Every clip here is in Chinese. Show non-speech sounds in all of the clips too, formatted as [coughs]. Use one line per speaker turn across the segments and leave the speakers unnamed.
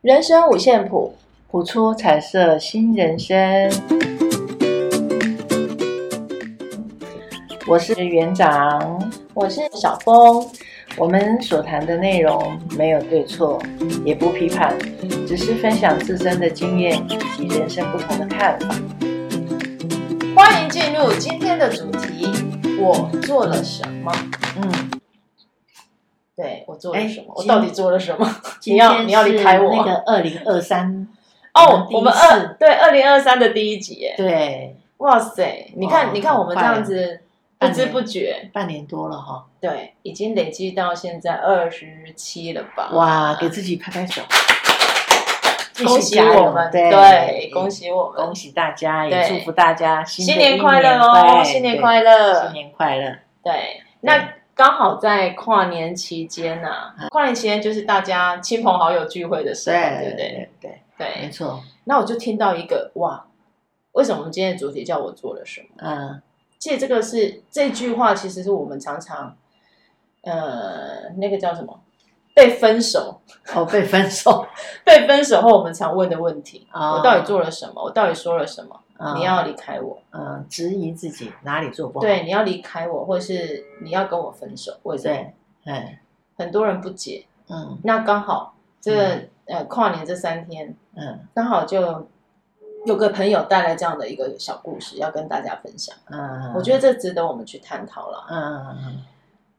人生五线谱，谱出彩色新人生。我是园长，我是小峰。我们所谈的内容没有对错，也不批判，只是分享自身的经验以及人生不同的看法。欢迎进入今天的主题：我做了什么？嗯，
对我做了
哎
什么？我
今
到底做了什么？
今
你要
天
你要离
是
开我
那个二零
[laughs]
二三
哦，我
我们
们
第一次
二对二零二三的第一集耶！
对
哇塞，你
哇
看你看我们
很
这
快
样子不知不觉，
半年多了哈，
对，已经累积到现在二十七了吧？
哇，给自己拍拍手，
恭
继续
喜
加油
我们，
对
对，恭喜我们
恭，喜大家，也
对
祝福大家新的
新
一年
年快乐哦！
对
新年
对
快乐，
新年快乐，
对，那刚好在跨年期间呐、跨年期间就是大家亲朋好友聚会的时候，对不对？
嗯对对，没
对。
错，
那我就听到一个哇，为什么我们今天的主题叫我做了什么？
嗯，
其实这个是这句话，其实是我们常常，呃，那个叫什么？被分手， [laughs]
哦，被分手，
被分手后我们常问的问题，
哦
[laughs] 我到底做了什么？我到底说了什么？
嗯
你要离开我，
嗯质疑自己哪里做不好，
对，你要离开我，或是你要跟我分手，为什么？
对，嗯
很多人不解，
嗯
那刚好这、呃跨年这三天，
嗯
刚好就有个朋友带来这样的一个小故事要跟大家分享，
嗯，
我觉
得，
得这值得我们去探讨啦。
嗯嗯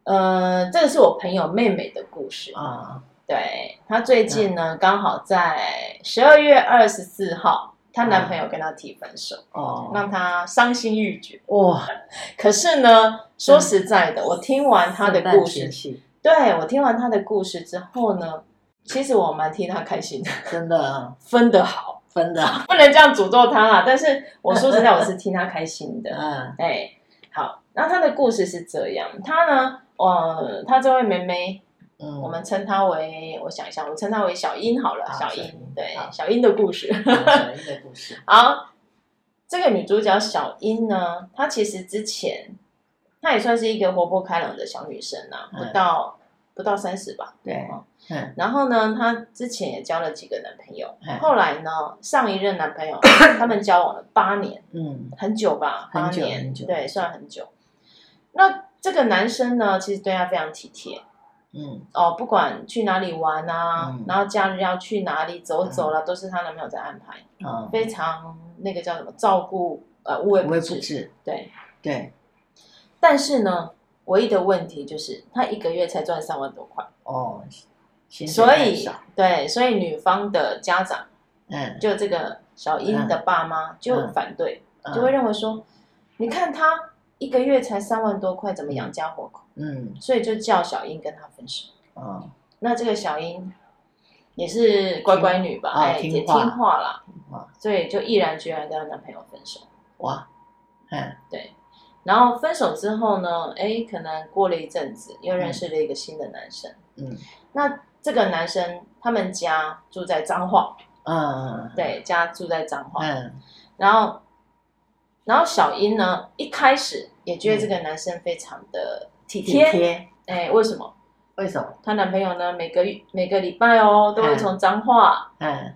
呃，这个是我朋友妹妹的故事，
啊，
对她最近
嗯
呢刚好在十二月二十四号，她男朋友跟她提分手，
嗯哦，
让她伤心欲绝。
哇，
可是呢，
嗯
说实在的，我听完她的故
圣诞前
事，
夕
对我听完她的故事之后呢，其实我蛮替她开心的，
真的
分得好。
分的，
[laughs] 不能这样诅咒他啦。但是我说实在，我是替他开心
[laughs]
的。
嗯
哎，好，那他的故事是这样，他呢，呃，他这位妹妹，
嗯，
我们称她为，我想一下，我称她为小英好了，
好
小
小
英
英，
对
好，
小英的故事。 [laughs]
讲一个故事，
好，这个女主角小英呢，她其实之前，她也算是一个活泼开朗的小女生啊，不
嗯
到不到三十吧。哦
对，嗯
然后呢，她之前也交了几个男朋友，
嗯
后来呢，上一任男
[coughs]
朋友他们交往了八年。
嗯
很久吧，
很
八
久
年，
很久
对，算很久。那这个男生呢，其实对她非常体贴
嗯
哦，不管去哪里玩啊，
嗯
然后假日要去哪里走走啦，都是她男朋友在安排，
啊，
非常那个叫什么照顾，呃，无微
无微不
至。
至，
对，
对，
但是呢，唯一的问题就是她一个月才赚三万多块，
哦，薪水
所
太
以
少
对，所以女方的家长
嗯，
就这个小英的爸妈就
嗯
反对，
嗯
就会认为说，你看她一个月才三万多块，怎么养家活口？
嗯
所以就叫小英跟他分手。
啊
那这个小英也是乖乖女吧，
听
哎、
啊听
也听
话
话啦，
话
所以就毅然决然跟她男朋友分手。
哇，嗯
然后分手之后呢，哎，可能过了一阵子，又认识了一个新的男生。
嗯
那这个男生他们家住在彰化，
嗯
对，家住在彰化。
嗯
然后，然后小英呢，一开始也觉得这个男生非常的体
体
贴，
贴，
哎，为什么？
为什么？
她男朋友呢，每个月每个礼拜哦，都会从彰化
嗯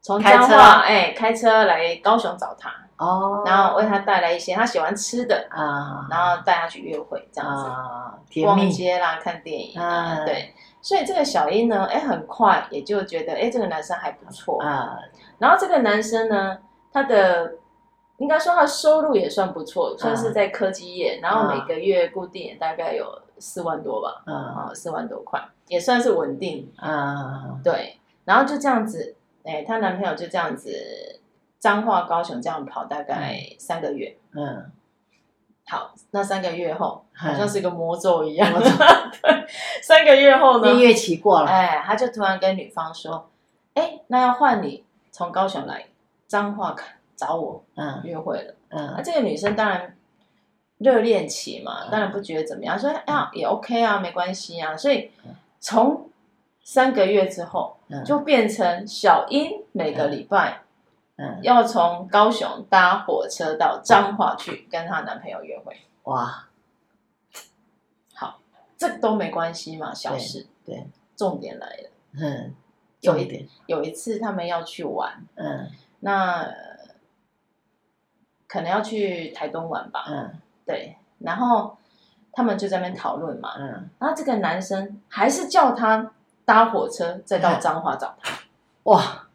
从
开
彰
车
化哎、开车来高雄找他，
哦，
然后为他带来一些他喜欢吃的，
啊
然后带他去约会这样子，
啊甜
逛
蜜
街啦、看电影啊，
啊
对。所以这个小英呢，哎，很快也就觉得，哎，这个男生还不错。
啊
然后这个男生呢，他的应该说他的收入也算不错，
嗯
算是在科技业，然后每个月固定也大概有四万多吧，
啊
啊，四万多块，也算是稳定。
啊
对，然后就这样子，哎，她男朋友就这样子，彰化、高雄这样跑大概三个月。
嗯
好，那三个月后，好
嗯
像是个魔咒一样。
魔咒
对， [laughs] 三个月后
嗯蜜
呢，
月期过了，
哎，他就突然跟女方说：“哎，那要换你从高雄来彰化找我
嗯
约会了。”啊，
嗯
这个女生当然热恋期嘛，
嗯
当然不觉得怎么样，说啊也 OK 啊，没关系啊。所以从三个月之后，
嗯
就变成小英每个礼拜
嗯
要从高雄搭火车到彰化去跟她男朋友约会，
哇
这都没关系嘛，小事。
对对，
重点来了，
嗯
有
重
一
点，
有一次他们要去玩，
嗯
那呃可能要去台东玩吧，
嗯
对，然后他们就在那边讨论嘛，
嗯，
然后这个男生还是叫他搭火车再
哎
到彰化找他，
哇，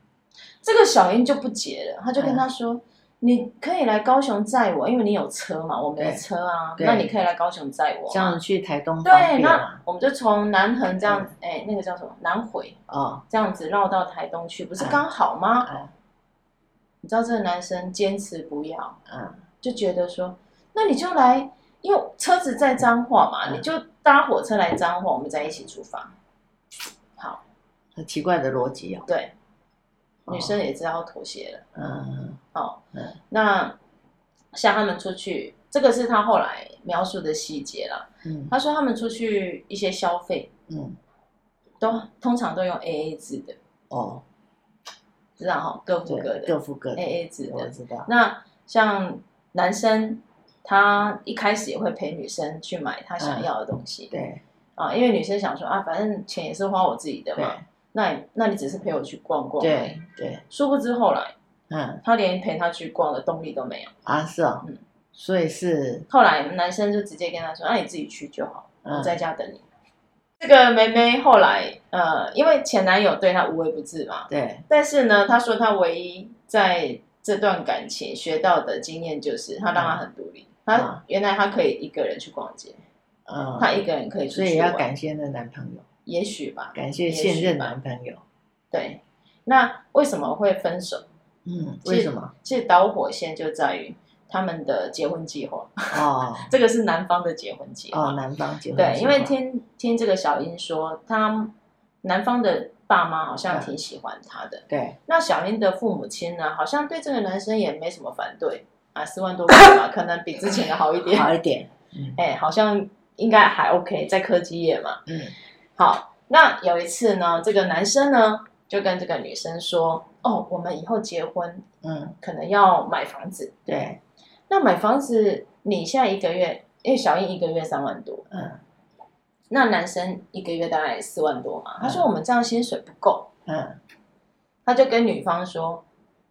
这个小英就不解了，他就
哎
跟他说。你可以来高雄载我，因为你有车嘛，我没
对
车啊。
对
那你可以来高雄载我嘛。啊
这样去台东方
对，
便
那
吗？
我们就从南横这样，哎、那个叫什么南回
哦，
这样子绕到台东去，不是
嗯
刚好吗？
嗯
你知道这个男生坚持不要，
嗯
就觉得说，那你就来，因为车子在彰化嘛，
嗯
你就搭火车来彰化，我们再一起出发。好，
很奇怪的逻辑哦，
对，
哦
女生也知道妥协了。
嗯
哦，
嗯
那像他们出去，这个是他后来描述的细节啦。
嗯
他说他们出去一些消费，
嗯，
都通常都用 A A 制的。
哦，
知道哈，各付各
对，
的
各付各的，
，A A 制
我
的。
知道，
那像男生，他一开始也会陪女生去买他想要的东西，
嗯对
啊，因为女生想说啊，反正钱也是花我自己的
对
嘛，那你那你只是陪我去逛逛，
对。对，
殊不知后来
嗯
他连陪她去逛的动力都没有，
啊是哦
嗯，
所以是
后来男生就直接跟她说，啊那、你自己去就好，
嗯
我在家等你。这个梅梅后来，呃，因为前男友对她无微不至嘛，
对
但是呢，他说他唯一在这段感情学到的经验就是，他让他很独立。他
嗯
原来他可以一个人去逛街，
嗯，
他一个人可以出
所
去
以
玩
要感谢那男朋友，
也许吧，
感谢
也许
现任
吧
男朋友，
对。那为什么会分手？
嗯，
其实
为什么？
其实导火线就在于他们的结婚计划， [laughs]
哦
这个是男方的结婚计划。 [laughs]
哦，男方结婚
对，因为
计划
听听这个小英说，他男方的爸妈好
嗯
像挺喜欢他的，
对
那小英的父母亲呢，好像对这个男生也没什么反对啊，四万多块吧，可能比之前的 [laughs] 好一点。
好一点，
哎、好像应该还 OK，在科技业嘛。
嗯
好，那有一次呢，这个男生呢就跟这个女生说：“哦，我们以后结婚
嗯，
可能要买房子，
对，
那买房子你现在一个月，因为小英一个月三万多，
嗯
那男生一个月大概四万多嘛。他说我们这样薪水不够，
嗯
他就跟女方说：“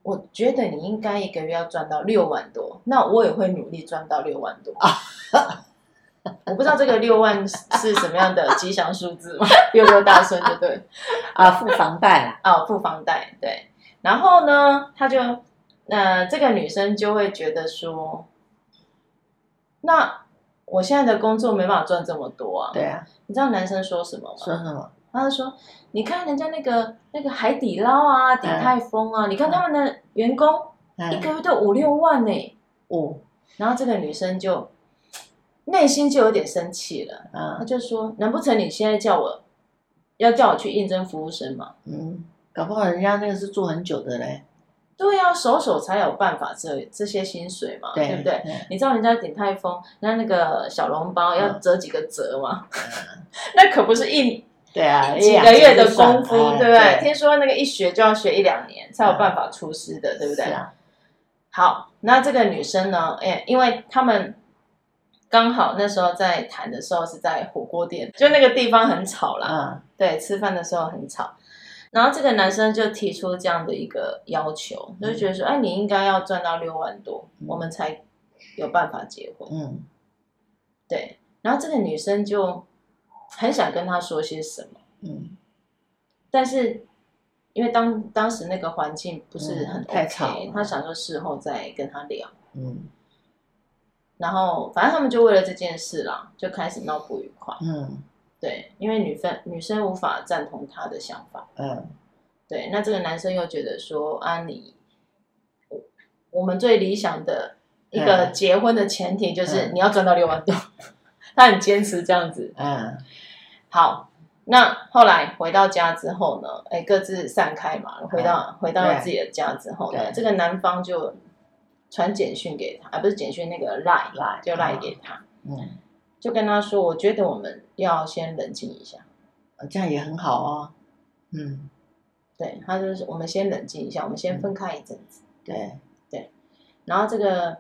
我觉得你应该一个月要赚到六万多，那我也会努力赚到六万多。 [laughs] 我不知道这个六万是什么样的吉祥数字嘛？六六大顺就对
啊，付房贷啦，
啊，付房贷对。然后呢，他就呃，这个女生就会觉得说，那我现在的工作没办法赚这么多啊。
对啊，
你知道男生说什么吗？
说什么？
他就说：“你看人家那个那个海底捞啊、鼎泰丰啊，你看他们的员工一
嗯，
个月都五六万呢、
五，
然后这个女生就内心就有点生气了，她
嗯
就说：“难不成你现在叫我要叫我去应征服务生吗
嗯，搞不好人家那个是做很久的嘞，？”
对呀、手手才有办法这这些薪水嘛，哦对不对？
对？嗯
你知道人家鼎泰丰那那个小笼包要折几个折吗？
嗯
[laughs] 那可不是一
对啊，
几
一
个月
两
的
就算
功夫，对
哎
不对？听说那个一学就要学一两年才有办法出师的，对不对？
是啊，
好，那这个女生呢？哎、因为他们刚好那时候在谈的时候是在火锅店，就那个地方很吵啦。
嗯
对，吃饭的时候很吵。然后这个男生就提出这样的一个要求，就觉得说，哎、你应该要赚到六万多，
嗯
我们才有办法结婚。
嗯
对，然后这个女生就很想跟他说些什么，
嗯，
但是因为当当时那个环境不是很
嗯
OK，、
太吵了
他想说事后再跟他聊。
嗯
然后反正他们就为了这件事啦，就开始闹不愉快。
嗯
对，因为女生女生无法赞同他的想法。
嗯
对，那这个男生又觉得说啊，你我我们最理想的一个
嗯
结婚的前提就是
嗯
你要赚到六万多， [laughs] 他很坚持这样子。
嗯，
好，那后来回到家之后呢，哎，各自散开嘛。回到回到
对
自己的家之后呢，
对
这个男方就传简讯给他，啊，不是简讯，那个 line
来
就 line 给，他。
嗯，
就跟他说，我觉得我们要先冷静一下。
这样也很好哦，嗯，
对，他就是我们先冷静一下，我们先分开一阵子。
对，
然后这个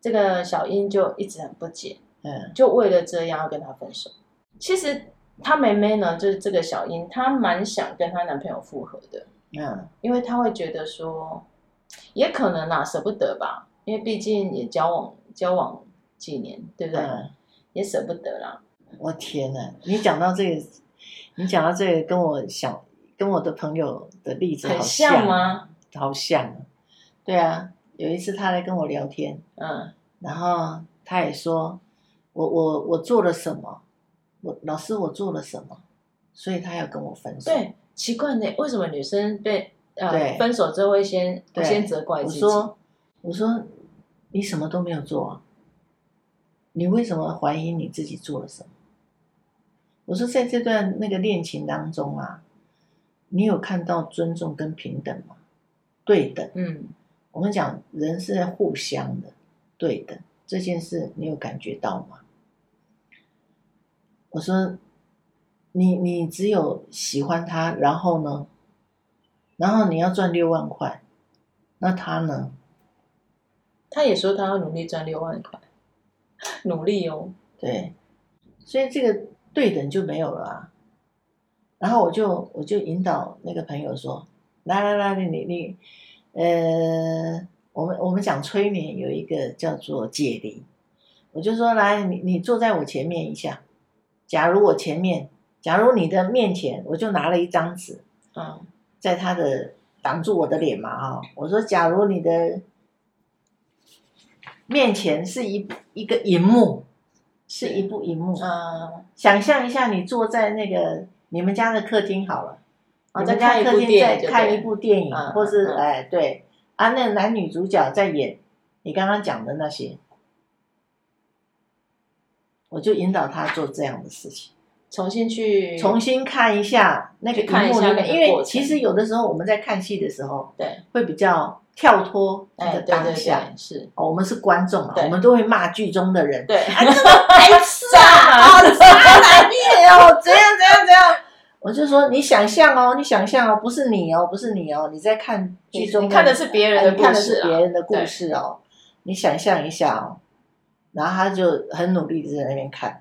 这个小英就一直很不解，
嗯
就为了这样要跟他分手。其实她妹妹呢，就是这个小英，她蛮想跟她男朋友复合的，
嗯
因为她会觉得说，也可能啦，舍不得吧，因为毕竟也交往交往几年，对不对？
嗯，
也舍不得啦。
我天哪！你讲到这个，你讲到这个，跟我想跟我的朋友的例子
很
好
像
像
吗？
好像啊，对啊，有一次他来跟我聊天，
嗯
然后他也说，我我我做了什么，我老师我做了什么，所以他要跟我分，手。
对，奇怪呢，为什么女生被呃
对
分手之后会先
对
先责怪
我
自己？
说我说你什么都没有做啊，你为什么怀疑你自己做了什么？我说在这段那个恋情当中啊，你有看到尊重跟平等吗？对等。
嗯
我们讲人是在互相的，对的，这件事你有感觉到吗？我说，你你只有喜欢他，然后呢，然后你要赚六万块，那他呢？
她也说她要努力赚六万块， [laughs] 努力哦。
对，所以这个对等就没有了啊。然后我就我就引导那个朋友说，来来来，你你你，呃，我们我们讲催眠有一个叫做解离，我就说来，你你坐在我前面一下，假如我前面，假如你的面前，我就拿了一张纸，
嗯
在他的挡住我的脸嘛啊、我说假如你的面前是一一个荧幕，是一部荧幕，
嗯，
想象一下你坐在那个你们家的客厅好了，
啊
你
再
们家
看一
客
部
厅
电影
在
就
看
对
一部电影，
嗯
或是
嗯嗯
哎对啊，那个男女主角在演你刚刚讲的那些，我就引导他做这样的事情。
重新去
重新看一下那个
去看
荧
一
幕
下
里
那个
面，因
过
为
程
其实有的时候我们在看戏的时候，
对，
会比较跳脱那
哎
个
对对
当下。
对是，
哦，我们是观众啊，
对
我们都会骂剧中的人，
对， [laughs] 哎
啊，这个白痴啊，啊，渣 [laughs] 男耶哦，怎样怎样怎样。我就说，你想象哦，你想象哦，不是你哦，不是你哦，你在看剧中
你看的是别人的
哎你看
故
的
事
是
啊
别人的故事哦，你想象一下哦，然后他就很努力地在那边看。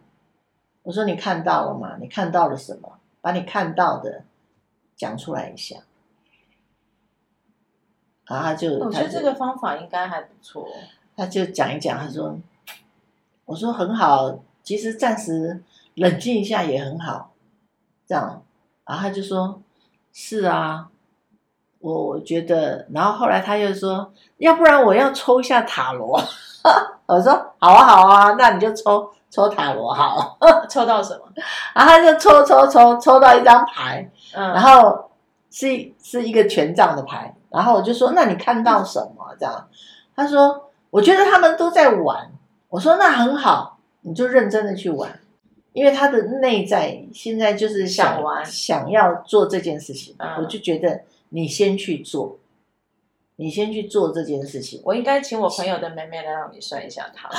我说你看到了吗？你看到了什么？把你看到的讲出来一下。然后他就，
哦我觉
他
得
就
这个方法应该还不错。哦
他就讲一讲，他说，我说很好，其实暂时冷静一下也很好，这样，然后他就说，是啊，我我觉得，然后后来他又说，要不然我要抽一下塔罗， [laughs] 我说好啊好啊，那你就抽抽塔罗好了，
抽到什么？
然后他就抽抽抽抽到一张牌，
嗯，
然后是是一个权杖的牌，然后我就说，那你看到什么？这样，他说，我觉得他们都在玩。我说那很好，你就认真的去玩，因为他的内在现在就是想
想玩
想要做这件事情，
嗯
我就觉得你先去做，你先去做这件事情。
我应该请我朋友的妹妹来让你算一下塔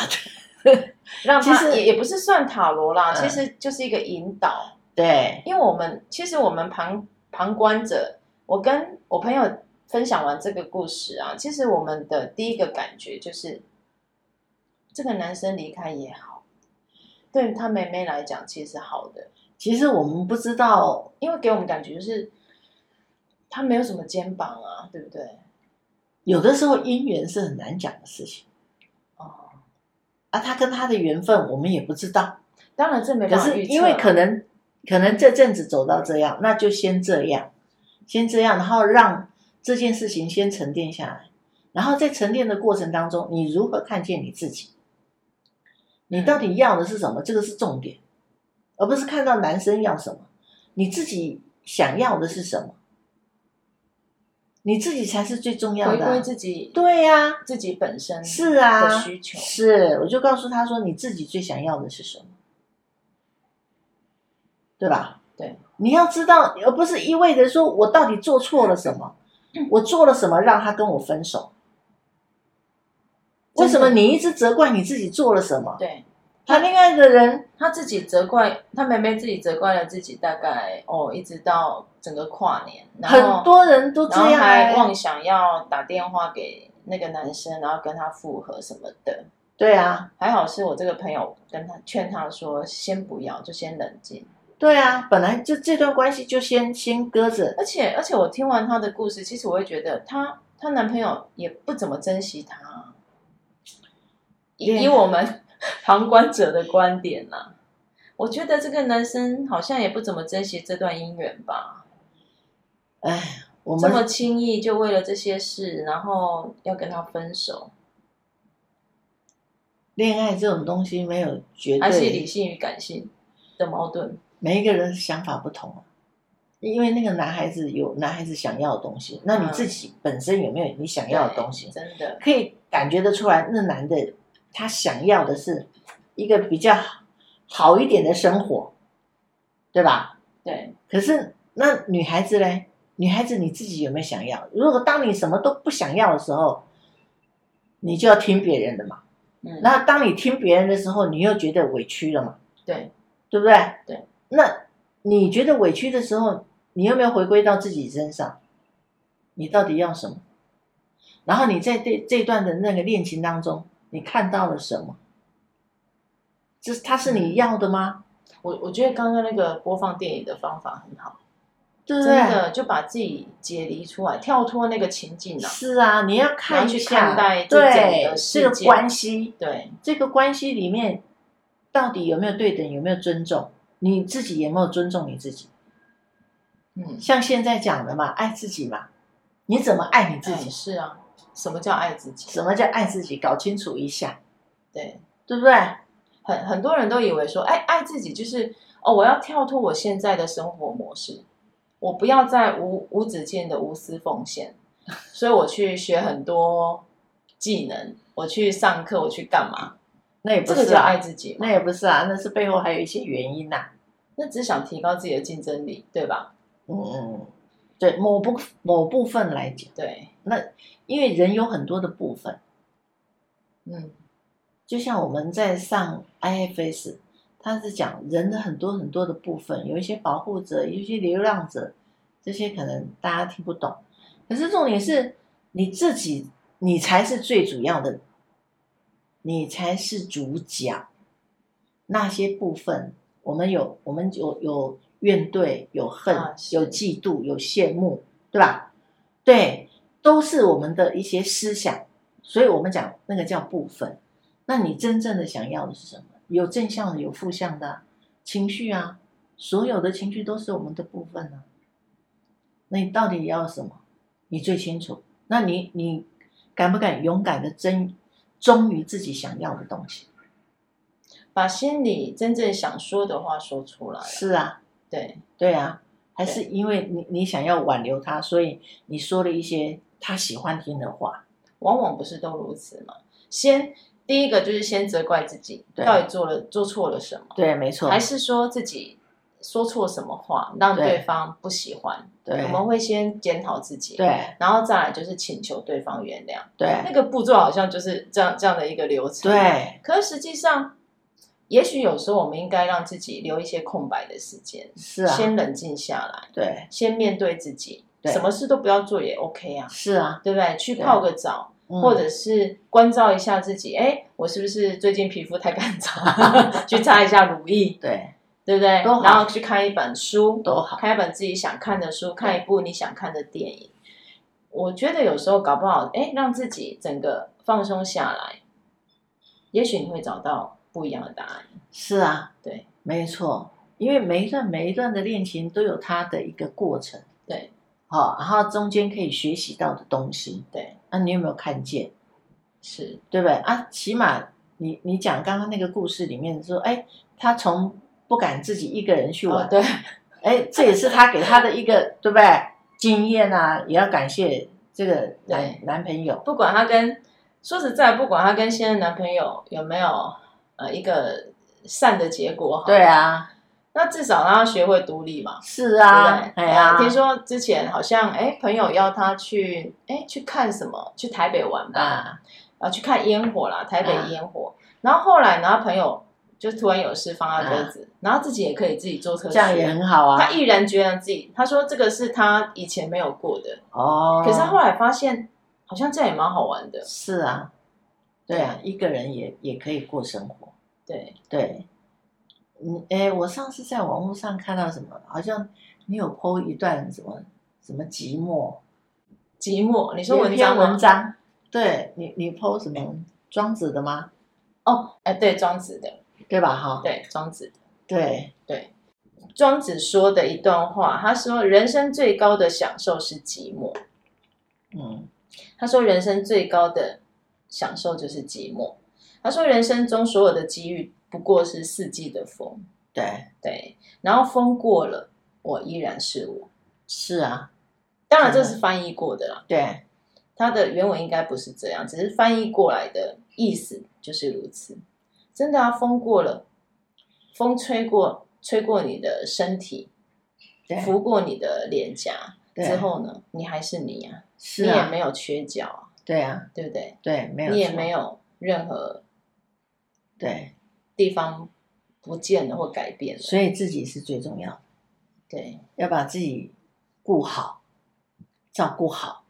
罗， [laughs] 让
啊其
她
实
也也不是算塔罗啦，
嗯
其实就是一个引导，
对，
因为我们其实我们旁旁观者，我跟我朋友分享完这个故事啊，其实我们的第一个感觉就是，这个男生离开也好，对他妹妹来讲其实好的，
其实我们不知道，
因为给我们感觉就是他没有什么肩膀啊，对不对？
有的时候姻缘是很难讲的事情
哦，
啊，他跟他的缘分我们也不知道。
当然这没
可
办法
是
预测，
因为可能可能这阵子走到这样，那就先这样，先这样，然后让这件事情先沉淀下来，然后在沉淀的过程当中，你如何看见你自己？你到底要的是什么？这个是重点，而不是看到男生要什么，你自己想要的是什么？你自己才是最重要
回
的啊、
归自己，
对呀、
自己本身
是啊，
的需求
是，我就告诉他说，你自己最想要的是什么，对吧？
对，
你要知道，而不是一味的说我到底做错了什么，
嗯
我做了什么让他跟我分手？为什
真的
么你一直责怪你自己做了什么？
对
谈恋爱的人，
他自己责怪，他妹妹自己责怪了自己，大概哦，一直到整个跨年，然后
很多人都这
然后
样、
还
欸
妄，想要打电话给那个男生，然后跟他复合什么的。
对啊，
还好是我这个朋友跟他劝他说，先不要，就先冷静。
对啊，本来就这段关系就先先搁着，
而且而且我听完她的故事，其实我会觉得她她男朋友也不怎么珍惜她。以以
恋爱
我们 [laughs] 旁观者的观点啦、我觉得这个男生好像也不怎么珍惜这段姻缘吧，
哎，我
这么
们
轻易就为了这些事，然后要跟他分手，
恋爱这种东西没有绝
还是理
对，
性与感性的矛盾。
每一个人想法不同啊。因为那个男孩子有男孩子想要的东西，那你
嗯
自己本身有没有你想要的东西？
真的，
可以感觉得出来，那男的他想要的是一个比较好一点的生活，对吧？
对，
可是那女孩子嘞，女孩子你自己有没有想要？如果当你什么都不想要的时候，你就要听别人的嘛。
嗯，
那当你听别人的时候，你又觉得委屈了嘛，
对，
对不对？
对。
那你觉得委屈的时候，你有没有回归到自己身上？你到底要什么？然后你在这这段的那个恋情当中，你看到了什么？这是他是
嗯
你要的吗？
我我觉得刚刚那个播放电影的方法很好，
对不
真
对？
的就把自己解离出来，跳脱那个情境啊。
是啊，你要看一
你要去
下，
看待这整
对
个世
这个
界
关系，
对，
这个关系里面到底有没有对等，有没有尊重？你自己有没有尊重你自己？
嗯，
像现在讲的嘛，爱自己嘛，你怎么爱你自
自
己？
己是啊，什么叫爱自己？
什么叫爱自己？搞清楚一下，
对，
对不对？
很很多人都以为说，哎，爱自己就是哦，我要跳脱我现在的生活模式，我不要再无无止境的无私奉献，所以我去学很多技能，我去上课，我去干嘛？
那也
这
不
个
是
叫爱
啊，
自己吗
那？也不是啊，那是背后还有一些原因呐、
那只想提高自己的竞争力，对吧？
嗯嗯，对某部某部分来讲，
对，
那因为人有很多的部分，
嗯，
就像我们在上 IFS，它是讲人的很多很多的部分，有一些保护者，有一些流浪者，这些可能大家听不懂。可是重点是你自己，你才是最主要的，你才是主角。那些部分，我们有，我们有有怨怼，有恨，
啊是
有嫉妒，有羡慕，对吧？对，都是我们的一些思想，所以我们讲那个叫部分。那你真正的想要的是什么？有正向的，有负向的啊、情绪啊，所有的情绪都是我们的部分啊。那你到底要什么？你最清楚。那你你敢不敢勇敢的争，忠于自己想要的东西？
把心里真正想说的话说出来了。
是啊，
对，
对啊，还是因为你你想要挽留他，所以你说了一些他喜欢听的话。
往往不是都如此嘛。先第一个就是先责怪自己，
对
到底做了做错了什么，
对，没错
还是说自己说错什么话让
对
对方不喜欢？
对
我们会先检讨自己，
对
然后再来就是请求对方原谅。那
对
个步骤好像就是这样这样的一个流程。，
对，
可是实际上，也许有时候我们应该让自己留一些空白的时间，
是啊，
先冷静下来，
对
先面对自己，
对
什么事都不要做也 OK 啊，
是啊，
对不对？去泡个澡。
嗯
或者是关照一下自己，哎，我是不是最近皮肤太干燥？ [laughs] 去擦一下乳液，
嗯对
对不对？
都好
然后去看一本书，
都好，
看一本自己想看的书，看一部你想看的电影。我觉得有时候搞不好，哎，让自己整个放松下来，也许你会找到不一样的答案。
是啊，
对，
没错，因为每一段每一段的恋情都有它的一个过程，
对，
好、然后中间可以学习到的东西，
对，
那、你有没有看见？
是，
对不对啊？起码你你讲刚刚那个故事里面说，哎，他从不敢自己一个人去玩
哦，，对，
哎、这也是他给他的一个对不对经验啊，也要感谢这个男
对
男朋友，
不管她跟说实在，不管她跟现任男朋友有没有呃一个善的结果，
对。啊，
那至少让他学会独立嘛，
是
对不
啊
对，？
哎呀、
呃听说之前好像哎，朋友要他去哎去看什么，去台北玩吧，
啊，
啊去看烟火啦，台北
啊
烟火。然后后来呢，他朋友就突然有事放他鸽子，然后自己也可以自己坐车
啊这
去，
样也很好啊
他，毅然决然自己，他说这个是他以前没有过的，
哦，
可是他后来发现好像这样也蛮好玩的，
是啊，对啊，一个人也也可以过生活。
对，
对，嗯，哎，我上次在网络上看到什么，好像你有 PO 一段什么什么寂寞，
寂寞，你说文
一
章
篇
吗
文章，对你你 PO 什么庄子的吗？
哦，哎，对，庄子的，
对吧？哈，
对，庄子的。
对，
庄子说的一段话，他说：“人生最高的享受是寂寞。”
嗯，
他说人生最高的享受就是寂寞。他说人生中所有的机遇不过是四季的风，
对，
对，然后风过了，我依然是我。
是啊，
当然这
嗯
是翻译过的啦，
对，
它的原文应该不是这样，只是翻译过来的意思就是如此。真的啊，风过了，风吹过，吹过你的身体，
对，
拂过你的脸颊
对
之后呢，你还是你啊，
是
你也
啊，
没有缺角啊，
对啊，
对不对？
对，没有错，
你也没有任何
对，
地方不见了或改变了。
所以自己是最重要的，
对，
要把自己顾好，照顾好，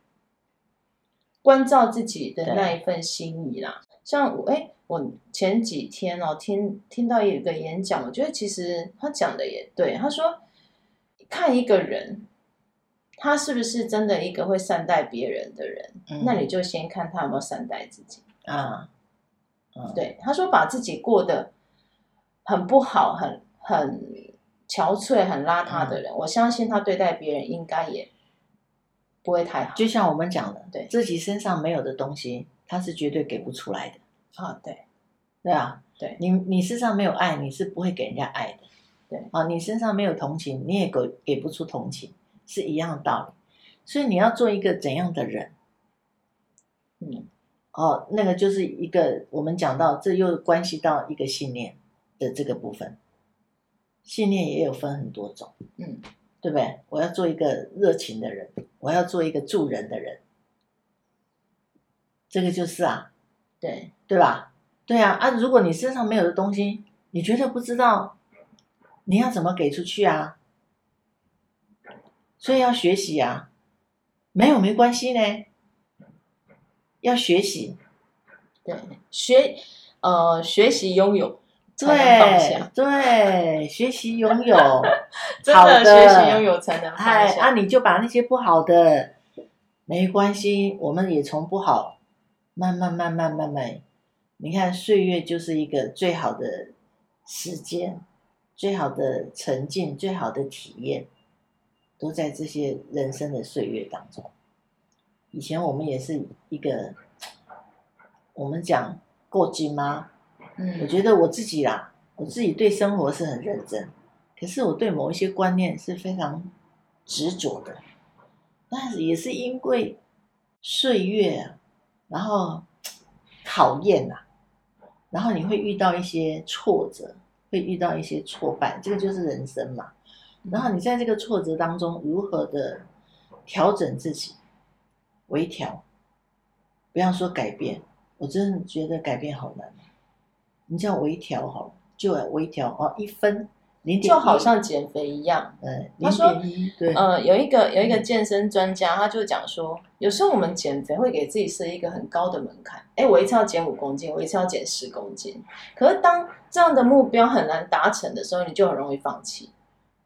关照自己的
对
那一份心意啦。像我，哎、我前几天哦，听听到有一个演讲，我觉得其实他讲的也对。他说，看一个人，他是不是真的一个会善待别人的人，
嗯
那你就先看他有没有善待自己。
啊，嗯，
对，他说把自己过得很不好，很很憔悴、很邋遢的人，我相信他对待别人应该也不会太好。
就像我们讲的，
对
自己身上没有的东西，他是绝对给不出来的，
啊，对
对啊，
对
你你身上没有爱，你是不会给人家爱的，
对
啊，你身上没有同情，你也给给不出同情，是一样的道理。所以你要做一个怎样的人？
嗯，
哦，那个就是一个我们讲到，这又关系到一个信念的这个部分。信念也有分很多种，
嗯，
对不对？我要做一个热情的人，我要做一个助人的人，这个就是啊，
对
对吧？对啊，啊，如果你身上没有的东西，你觉得不知道，你要怎么给出去啊？所以要学习啊，没有没关系呢，要学习，
对，学呃学习拥有才能放
对
下，
对，学习拥有，
[laughs] 真
好
的学习拥有才能放
哎，啊，
下。
你就把那些不好的，没关系，我们也从不好，慢慢慢慢慢慢，你看岁月就是一个最好的时间，最好的沉浸，最好的体验，都在这些人生的岁月当中。以前我们也是一个，我们讲过金吗？我
嗯，
觉得我自己啦，我自己对生活是很认真，可是我对某一些观念是非常执着的。那也是因为岁月啊，然后考验啊，然后你会遇到一些挫折，会遇到一些挫败，这个就是人生嘛。然后你在这个挫折当中，如何的调整自己，微调，不要说改变，我真的觉得改变好难。你叫微调好了，就微调哦，一分零点
就好像减肥一样。
呃
他
零
说
点一对
呃，有一个有一个健身专家，他就讲说，有时候我们减肥会给自己设一个很高的门槛，哎，我一次要减五公斤，我一次要减十公斤。可是当这样的目标很难达成的时候，你就很容易放弃。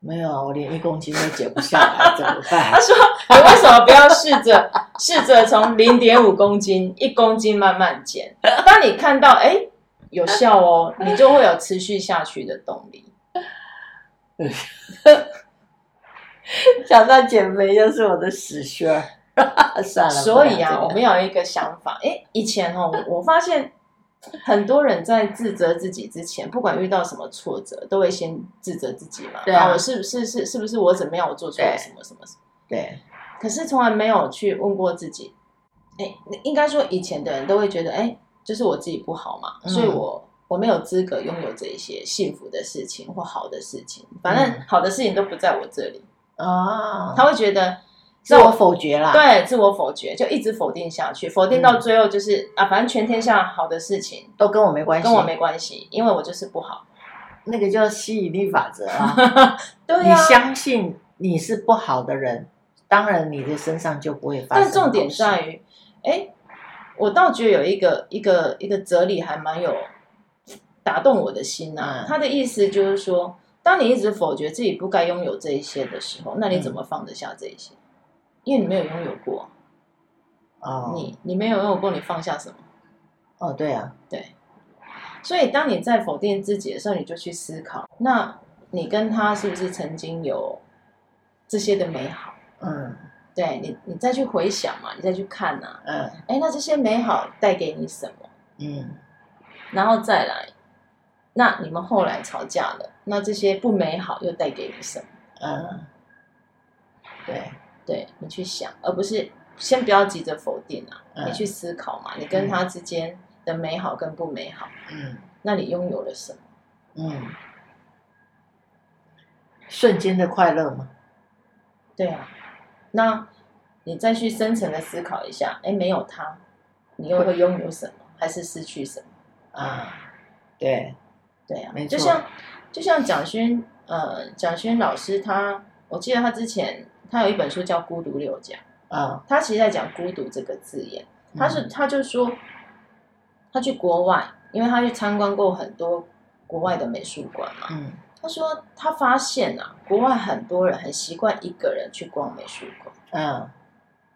没有啊，我连一公斤都减不下来，怎么办
他？说，你为什么不要试着试着从零点五公斤、一公斤慢慢减？当你看到哎有效哦，你就会有持续下去的动力。
[laughs] 想到减肥就是我的死穴儿， [laughs] 算了。
所以啊，我
不
们要有一个想法，哎，以前哦，我我发现很多人在自责自己之前，不管遇到什么挫折，都会先自责自己嘛。
对啊
我是不是是是不是我怎么样，我做错了什么什么什么？
聊这个
可是从来没有去问过自己，哎，应该说以前的人都会觉得，哎，就是我自己不好嘛，
嗯
所以我。我没有资格拥有这一些幸福的事情或好的事情，反正
嗯
好的事情都不在我这里。
对啊，
他会觉得
自我否决啦，
对，自我否决就一直否定下去，否定
嗯
到最后就是、啊，反正全天下好的事情
都跟我没关系，
跟我没关系，因为我就是不好。
那个叫吸引力法则 [laughs] 啊。
对啊
你
呀、
相信你是不好的人，当然你的身上就不会发生
但
好事。
重点在于，哎，我倒觉得有一个一个一个哲理还蛮有打动我的心啊
嗯。
他的意思就是说，当你一直否决自己不该拥有这一些的时候，那你
嗯
怎么放得下这一些？因为你没有拥有过，
哦，
你你没有拥有过，你放下什么？
哦，对啊，
所以，当你在否定自己的时候，你就去思考，那你跟他是不是曾经有这些的美好？
嗯
对你，你再去回想嘛，你再去看呐、
嗯
哎，那这些美好带给你什么？
嗯
然后再来，那你们后来吵架了，那这些不美好又带给你什么？
嗯，对，
对你去想，而不是先不要急着否定啊，
嗯
你去思考嘛，你跟他之间的美好跟不美好，
嗯
那你拥有了什么？
嗯，瞬间的快乐嘛，
对啊，那你再去深层的思考一下，哎，没有他，你又会拥有什么，还是失去什么？
啊，对，
对啊
没，
就
错
像就像蒋勋，呃，蒋勋老师他，我记得他之前他有一本书叫《孤独六讲》，
啊，嗯
他其实在讲“孤独”这个字眼，他是他就说他去国外，因为他去参观过很多国外的美术馆嘛，
嗯
他说他发现啊，国外很多人很习惯一个人去逛美术馆。
嗯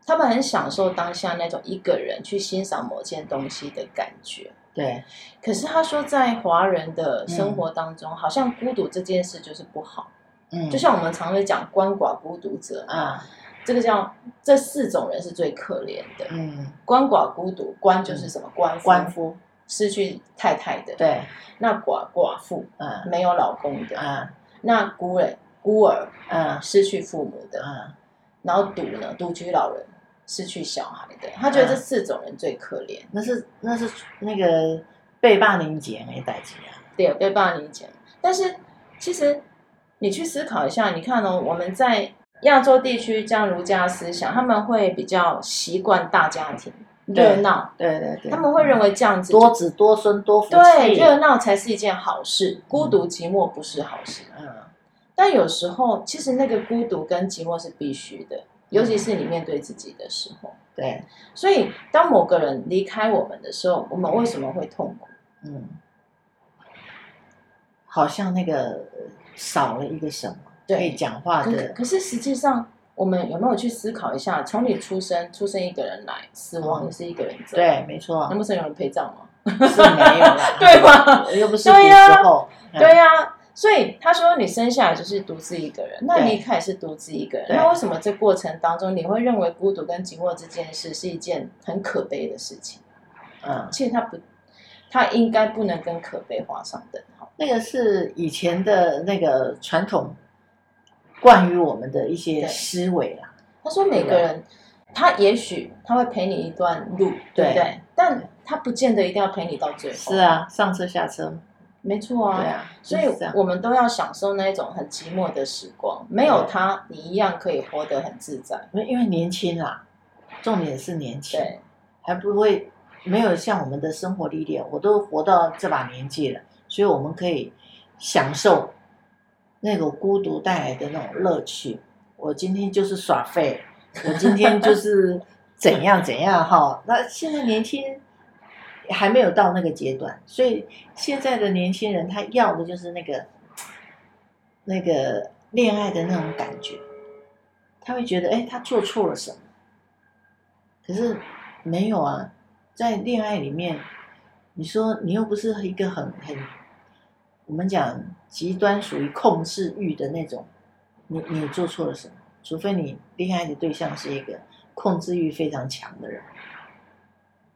他们很享受当下那种一个人去欣赏某件东西的感觉，
对，
可是他说，在华人的生活当中，好像孤独这件事就是不好，
嗯，
就像我们常会讲“鳏寡孤独者”啊，
啊，
这个叫这四种人是最可怜的。
嗯，
鳏寡孤独，鳏就是什么？鳏
官
官
夫，
失去太太的，。
对，
那寡寡妇
嗯
没有老公的，
嗯
那孤人孤儿啊
嗯
失去父母的，
嗯
然后独呢独居老人失去小孩的，他觉得这
嗯
四种人最可怜。
那是那是那个被霸凌姐那代志啊，
对，被霸凌前。但是其实你去思考一下，你看哦，我们在亚洲地区这样儒家思想，他们会比较习惯大家庭热闹，
对对对，嗯
他们会认为这样子
多子多孙多福
对
气，
热闹才是一件好事，孤独寂寞不是好事。
嗯
但有时候其实那个孤独跟寂寞是必须的，尤其是你面对自己的时候。
对，
所以当某个人离开我们的时候，我们为什么会痛苦？
嗯，好像那个呃少了一个什么，
对
可以讲话
可
的，
可是实际上，我们有没有去思考一下，从你出生，出生一个人来，死
嗯
亡也是一个人走，，
对，没错
[laughs] 难，不成有人陪葬吗？
是没有啦，
[laughs] 对吧？
又不是古时候，嗯
对呀、所以他说你生下来就是独自一个人，那离开也是独自一个人，
对
那为什么这过程当中你会认为孤独跟寂寞这件事是一件很可悲的事情？
嗯，
其实它不，它应该不能跟可悲画上等号。
那个是以前的那个传统惯于我们的一些
对
思维啦，
他说每个人，他也许他会陪你一段路，对不
对
对？但他不见得一定要陪你到最后。
是，啊，上车下车，
没错
对
啊。
啊，
所以
就是这样，
我们都要享受那一种很寂寞的时光，没有他，你一样可以活得很自在。
因为因为年轻啦，重点是年轻，
对，
还不会没有像我们的生活历练，我都活到这把年纪了，所以我们可以享受那个孤独带来的那种乐趣。我今天就是耍废，我今天就是怎样怎样哈。那现在年轻人还没有到那个阶段，所以现在的年轻人他要的就是那个那个恋爱的那种感觉，他会觉得哎、诶他做错了什么。可是没有啊，在恋爱里面，你说你又不是一个很很，我们讲极端属于控制欲的那种，你你做错了什么？除非你恋爱的对象是一个控制欲非常强的人，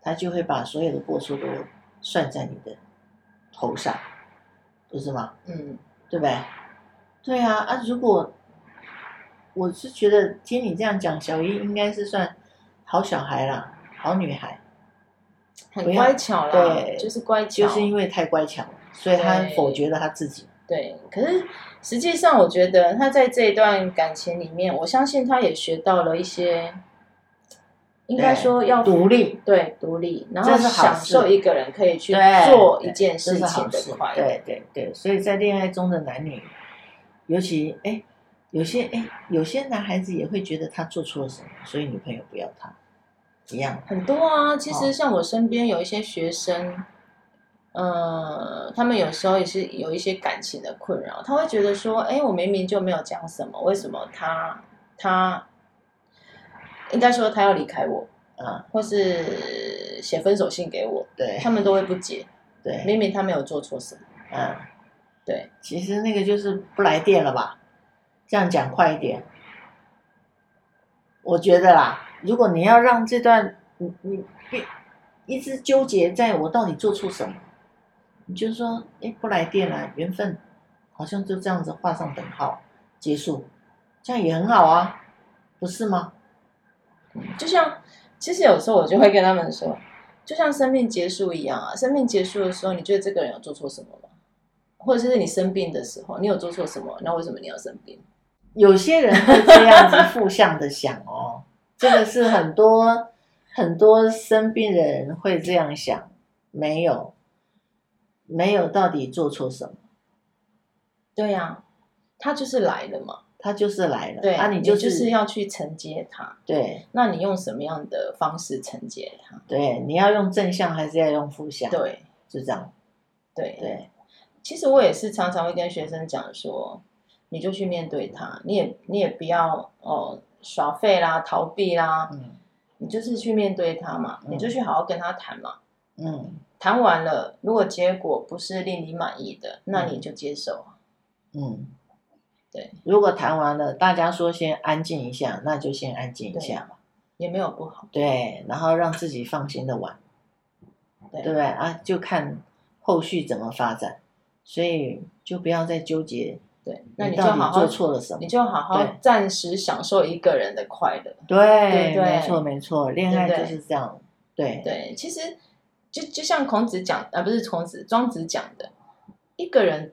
他就会把所有的过错都算在你的头上，不是吗？
嗯，
对不对？对啊，啊，如果我是觉得听你这样讲，小英应该是算好小孩啦，好女孩，
很
不要
乖巧啦，
对
就是乖巧，
就是因为太乖巧了，所以她
对
否决了她自己。
对。可是实际上，我觉得他在这一段感情里面，我相信他也学到了一些，应该
对
说要
独立，
对独立，然后
这是好
享
事
受一个人可以去
对
做一
对
件
这
事
是好
情的
事
快。乐。
对对对，所以在恋爱中的男女，尤其哎，有些哎，有些男孩子也会觉得他做错了什么，所以女朋友不要他，一样。
很多啊，其实
哦
像我身边有一些学生，呃，他们有时候也是有一些感情的困扰，他会觉得说，哎，我明明就没有讲什么，为什么他他应该说他要离开我，
啊，
或是写分手信给我，
对
他们都会不解，
对，
明明他没有做错什么，
啊，
对，
其实那个就是不来电了吧？这样讲快一点，我觉得啦，如果你要让这段你你别一直纠结在我到底做出什么，你就说，哎，不来电啦，缘分好像就这样子画上等号结束，这样也很好啊，不是吗？
就像其实有时候我就会跟他们说，就像生命结束一样啊，生命结束的时候，你觉得这个人有做错什么吗？或者是你生病的时候，你有做错什么？那为什么你要生病？
有些人会这样子负向的想哦，这个是很多很多生病的人会这样想，没有没有到底做错什么，
对呀、他就是来了嘛。
他就是来了，
对
啊，你
你
就是
是要去承接他。
对
那你用什么样的方式承接他？
对，你要用正向还是要用负向？，
对
就这样，
对
对
其实我也是常常会跟学生讲说，你就去面对他，你也你也不要哦耍废啦、逃避啦，
嗯
你就是去面对他嘛，
嗯
你就去好好跟他谈嘛。
嗯
谈完了，如果结果不是令你满意的，那你就接受。
嗯，
对。
如果谈完了，大家说先安静一下，那就先安静一下嘛，
也没有不好，
对，然后让自己放心的玩。
对
对不对啊？就看后续怎么发展，所以就不要再纠结。
对，那
你
就
到
好
底
好
做，错了什么
你？就好好
对
暂时享受一个人的快乐。
对，
对对
没错没错，恋爱
对
就
对
是这样。对
对，其实就就像孔子讲，啊，不是孔子，庄子讲的，一个人，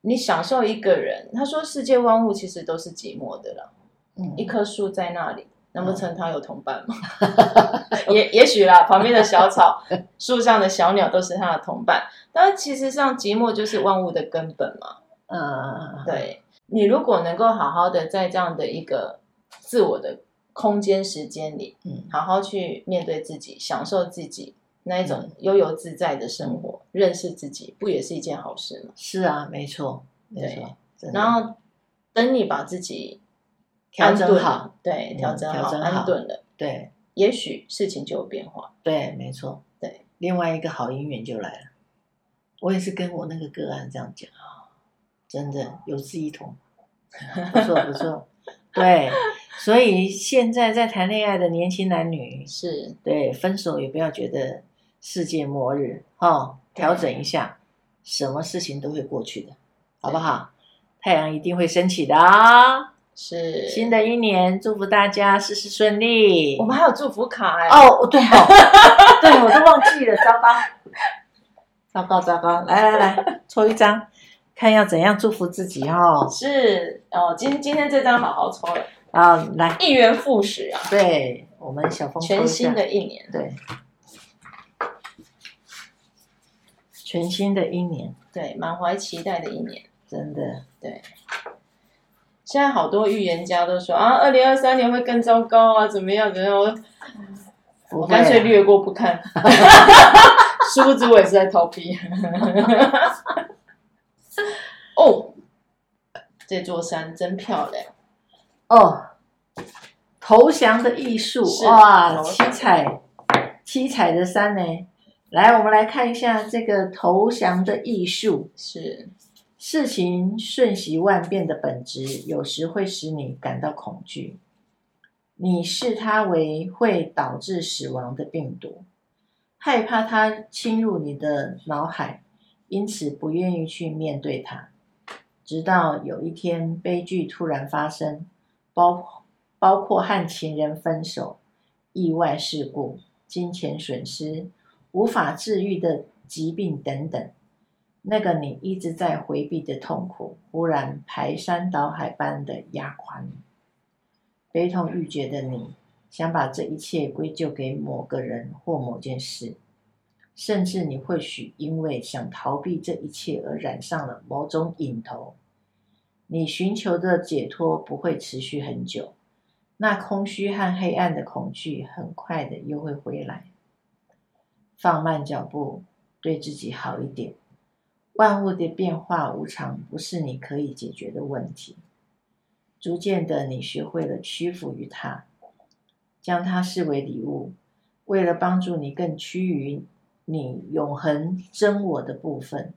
你享受一个人，他说世界万物其实都是寂寞的啦，
嗯
一棵树在那里。难不
嗯
成它有同伴吗？ [laughs] 也也许啦，旁边的小草、树上的小鸟都是它的同伴。但是其实上，寂寞就是万物的根本嘛。
嗯嗯，嗯，
对你如果能够好好的在这样的一个自我的空间、时间里，
嗯
好好去面对自己，享受自己那一
嗯
种悠游自在的生活，认识自己，不也是一件好事吗？
是啊，没错没
对
错。真的
然后等你把自
嗯
己
调
安
整
顿
好，
对，
嗯
调整
调
好，
整好
安顿了，
对
也许事情就有变化。
对，没错
对。
另外一个好姻缘就来了，我也是跟我那个个案这样讲，真的有志一同，不错不
[laughs]
错。对，所以现在在谈恋爱的年轻男女，
是，
对，分手也不要觉得世界末日哈、哦，
对
调整一下，什么事情都会过去的，好不好？太阳一定会升起的啊、
是
新的一年，祝福大家事事顺利。
我们还有祝福卡哎、
哦，对哦，对我都忘记了，糟糕， [laughs] 糟糕糟糕！来来来，抽一张，看要怎样祝福自己哦。
是哦，今今天这张好好抽了，
啊，来，
一元复始啊，
对我们小峰抽一
全新
下
的一年，
对，全新的一年，
对，满怀期待的一年。
真的，
现在好多预言家都说啊，二零二三年会更糟糕啊，怎么样怎么样？我
不
我
会啊
干脆略过不 [laughs] 看，殊不知我也是在逃避。哦，这座山真漂亮，
哦。投降的艺术，
是
哇，
投
七
降
彩七彩的山呢？来，我们来看一下这个投降的艺术。
是
事情瞬息万变的本质，有时会使你感到恐惧。你视它为会导致死亡的病毒，害怕它侵入你的脑海，因此不愿意去面对它。直到有一天，悲剧突然发生，包包括和情人分手、意外事故、金钱损失、无法治愈的疾病等等。那个你一直在回避的痛苦，忽然排山倒海般的压垮你。悲痛欲绝的你，想把这一切归咎给某个人或某件事，甚至你或许因为想逃避这一切而染上了某种瘾头。你寻求的解脱不会持续很久，那空虚和黑暗的恐惧很快的又会回来。放慢脚步，对自己好一点。万物的变化无常不是你可以解决的问题。逐渐的，你学会了屈服于它，将它视为礼物。为了帮助你更趋于你永恒真我的部分，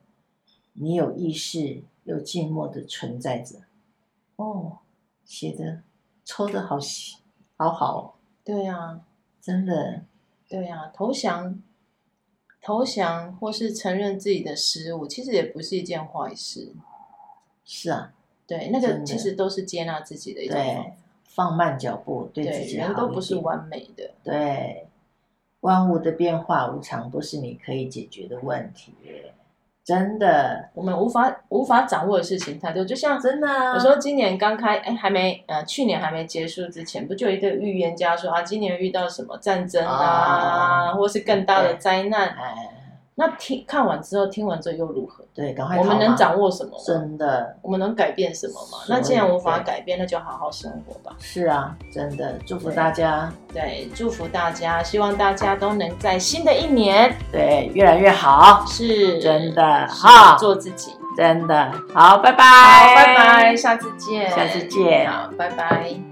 你有意识又静默的存在着。哦，写的抽的好细，好好、哦，
对啊，
真的
对啊，投降、投降或是承认自己的失误，其实也不是一件坏事。
是啊，
对，那
真
个
的
其实都是接纳自己的一种方
对
法。，
放慢脚步，对自己好
人
一
都不是
点
完美的，
对，万物的变化无常不是你可以解决的问题耶，真的，
我们无法无法掌握的事情太多。就像
真的啊。
我说，今年刚开，哎，还没，呃，去年还没结束之前，不就有一个预言家说啊，今年遇到什么战争啊，
啊
或是更大的
对
灾难？
哎，
那听看完之后，听完之后又如何？
对，赶快
我们
逃
能
嘛
掌握什么吗？
真的
我们能改变什么吗？
所以
那既然无法
对
改变，那就好好生活吧。
是啊，真的，祝福
对
大家，
对，祝福大家，希望大家都能在新的一年
对，越来越好，
是
真的
是
哈，
做自己。
真的好，拜拜，
好，拜拜，，下次见，
下次见
好，拜拜。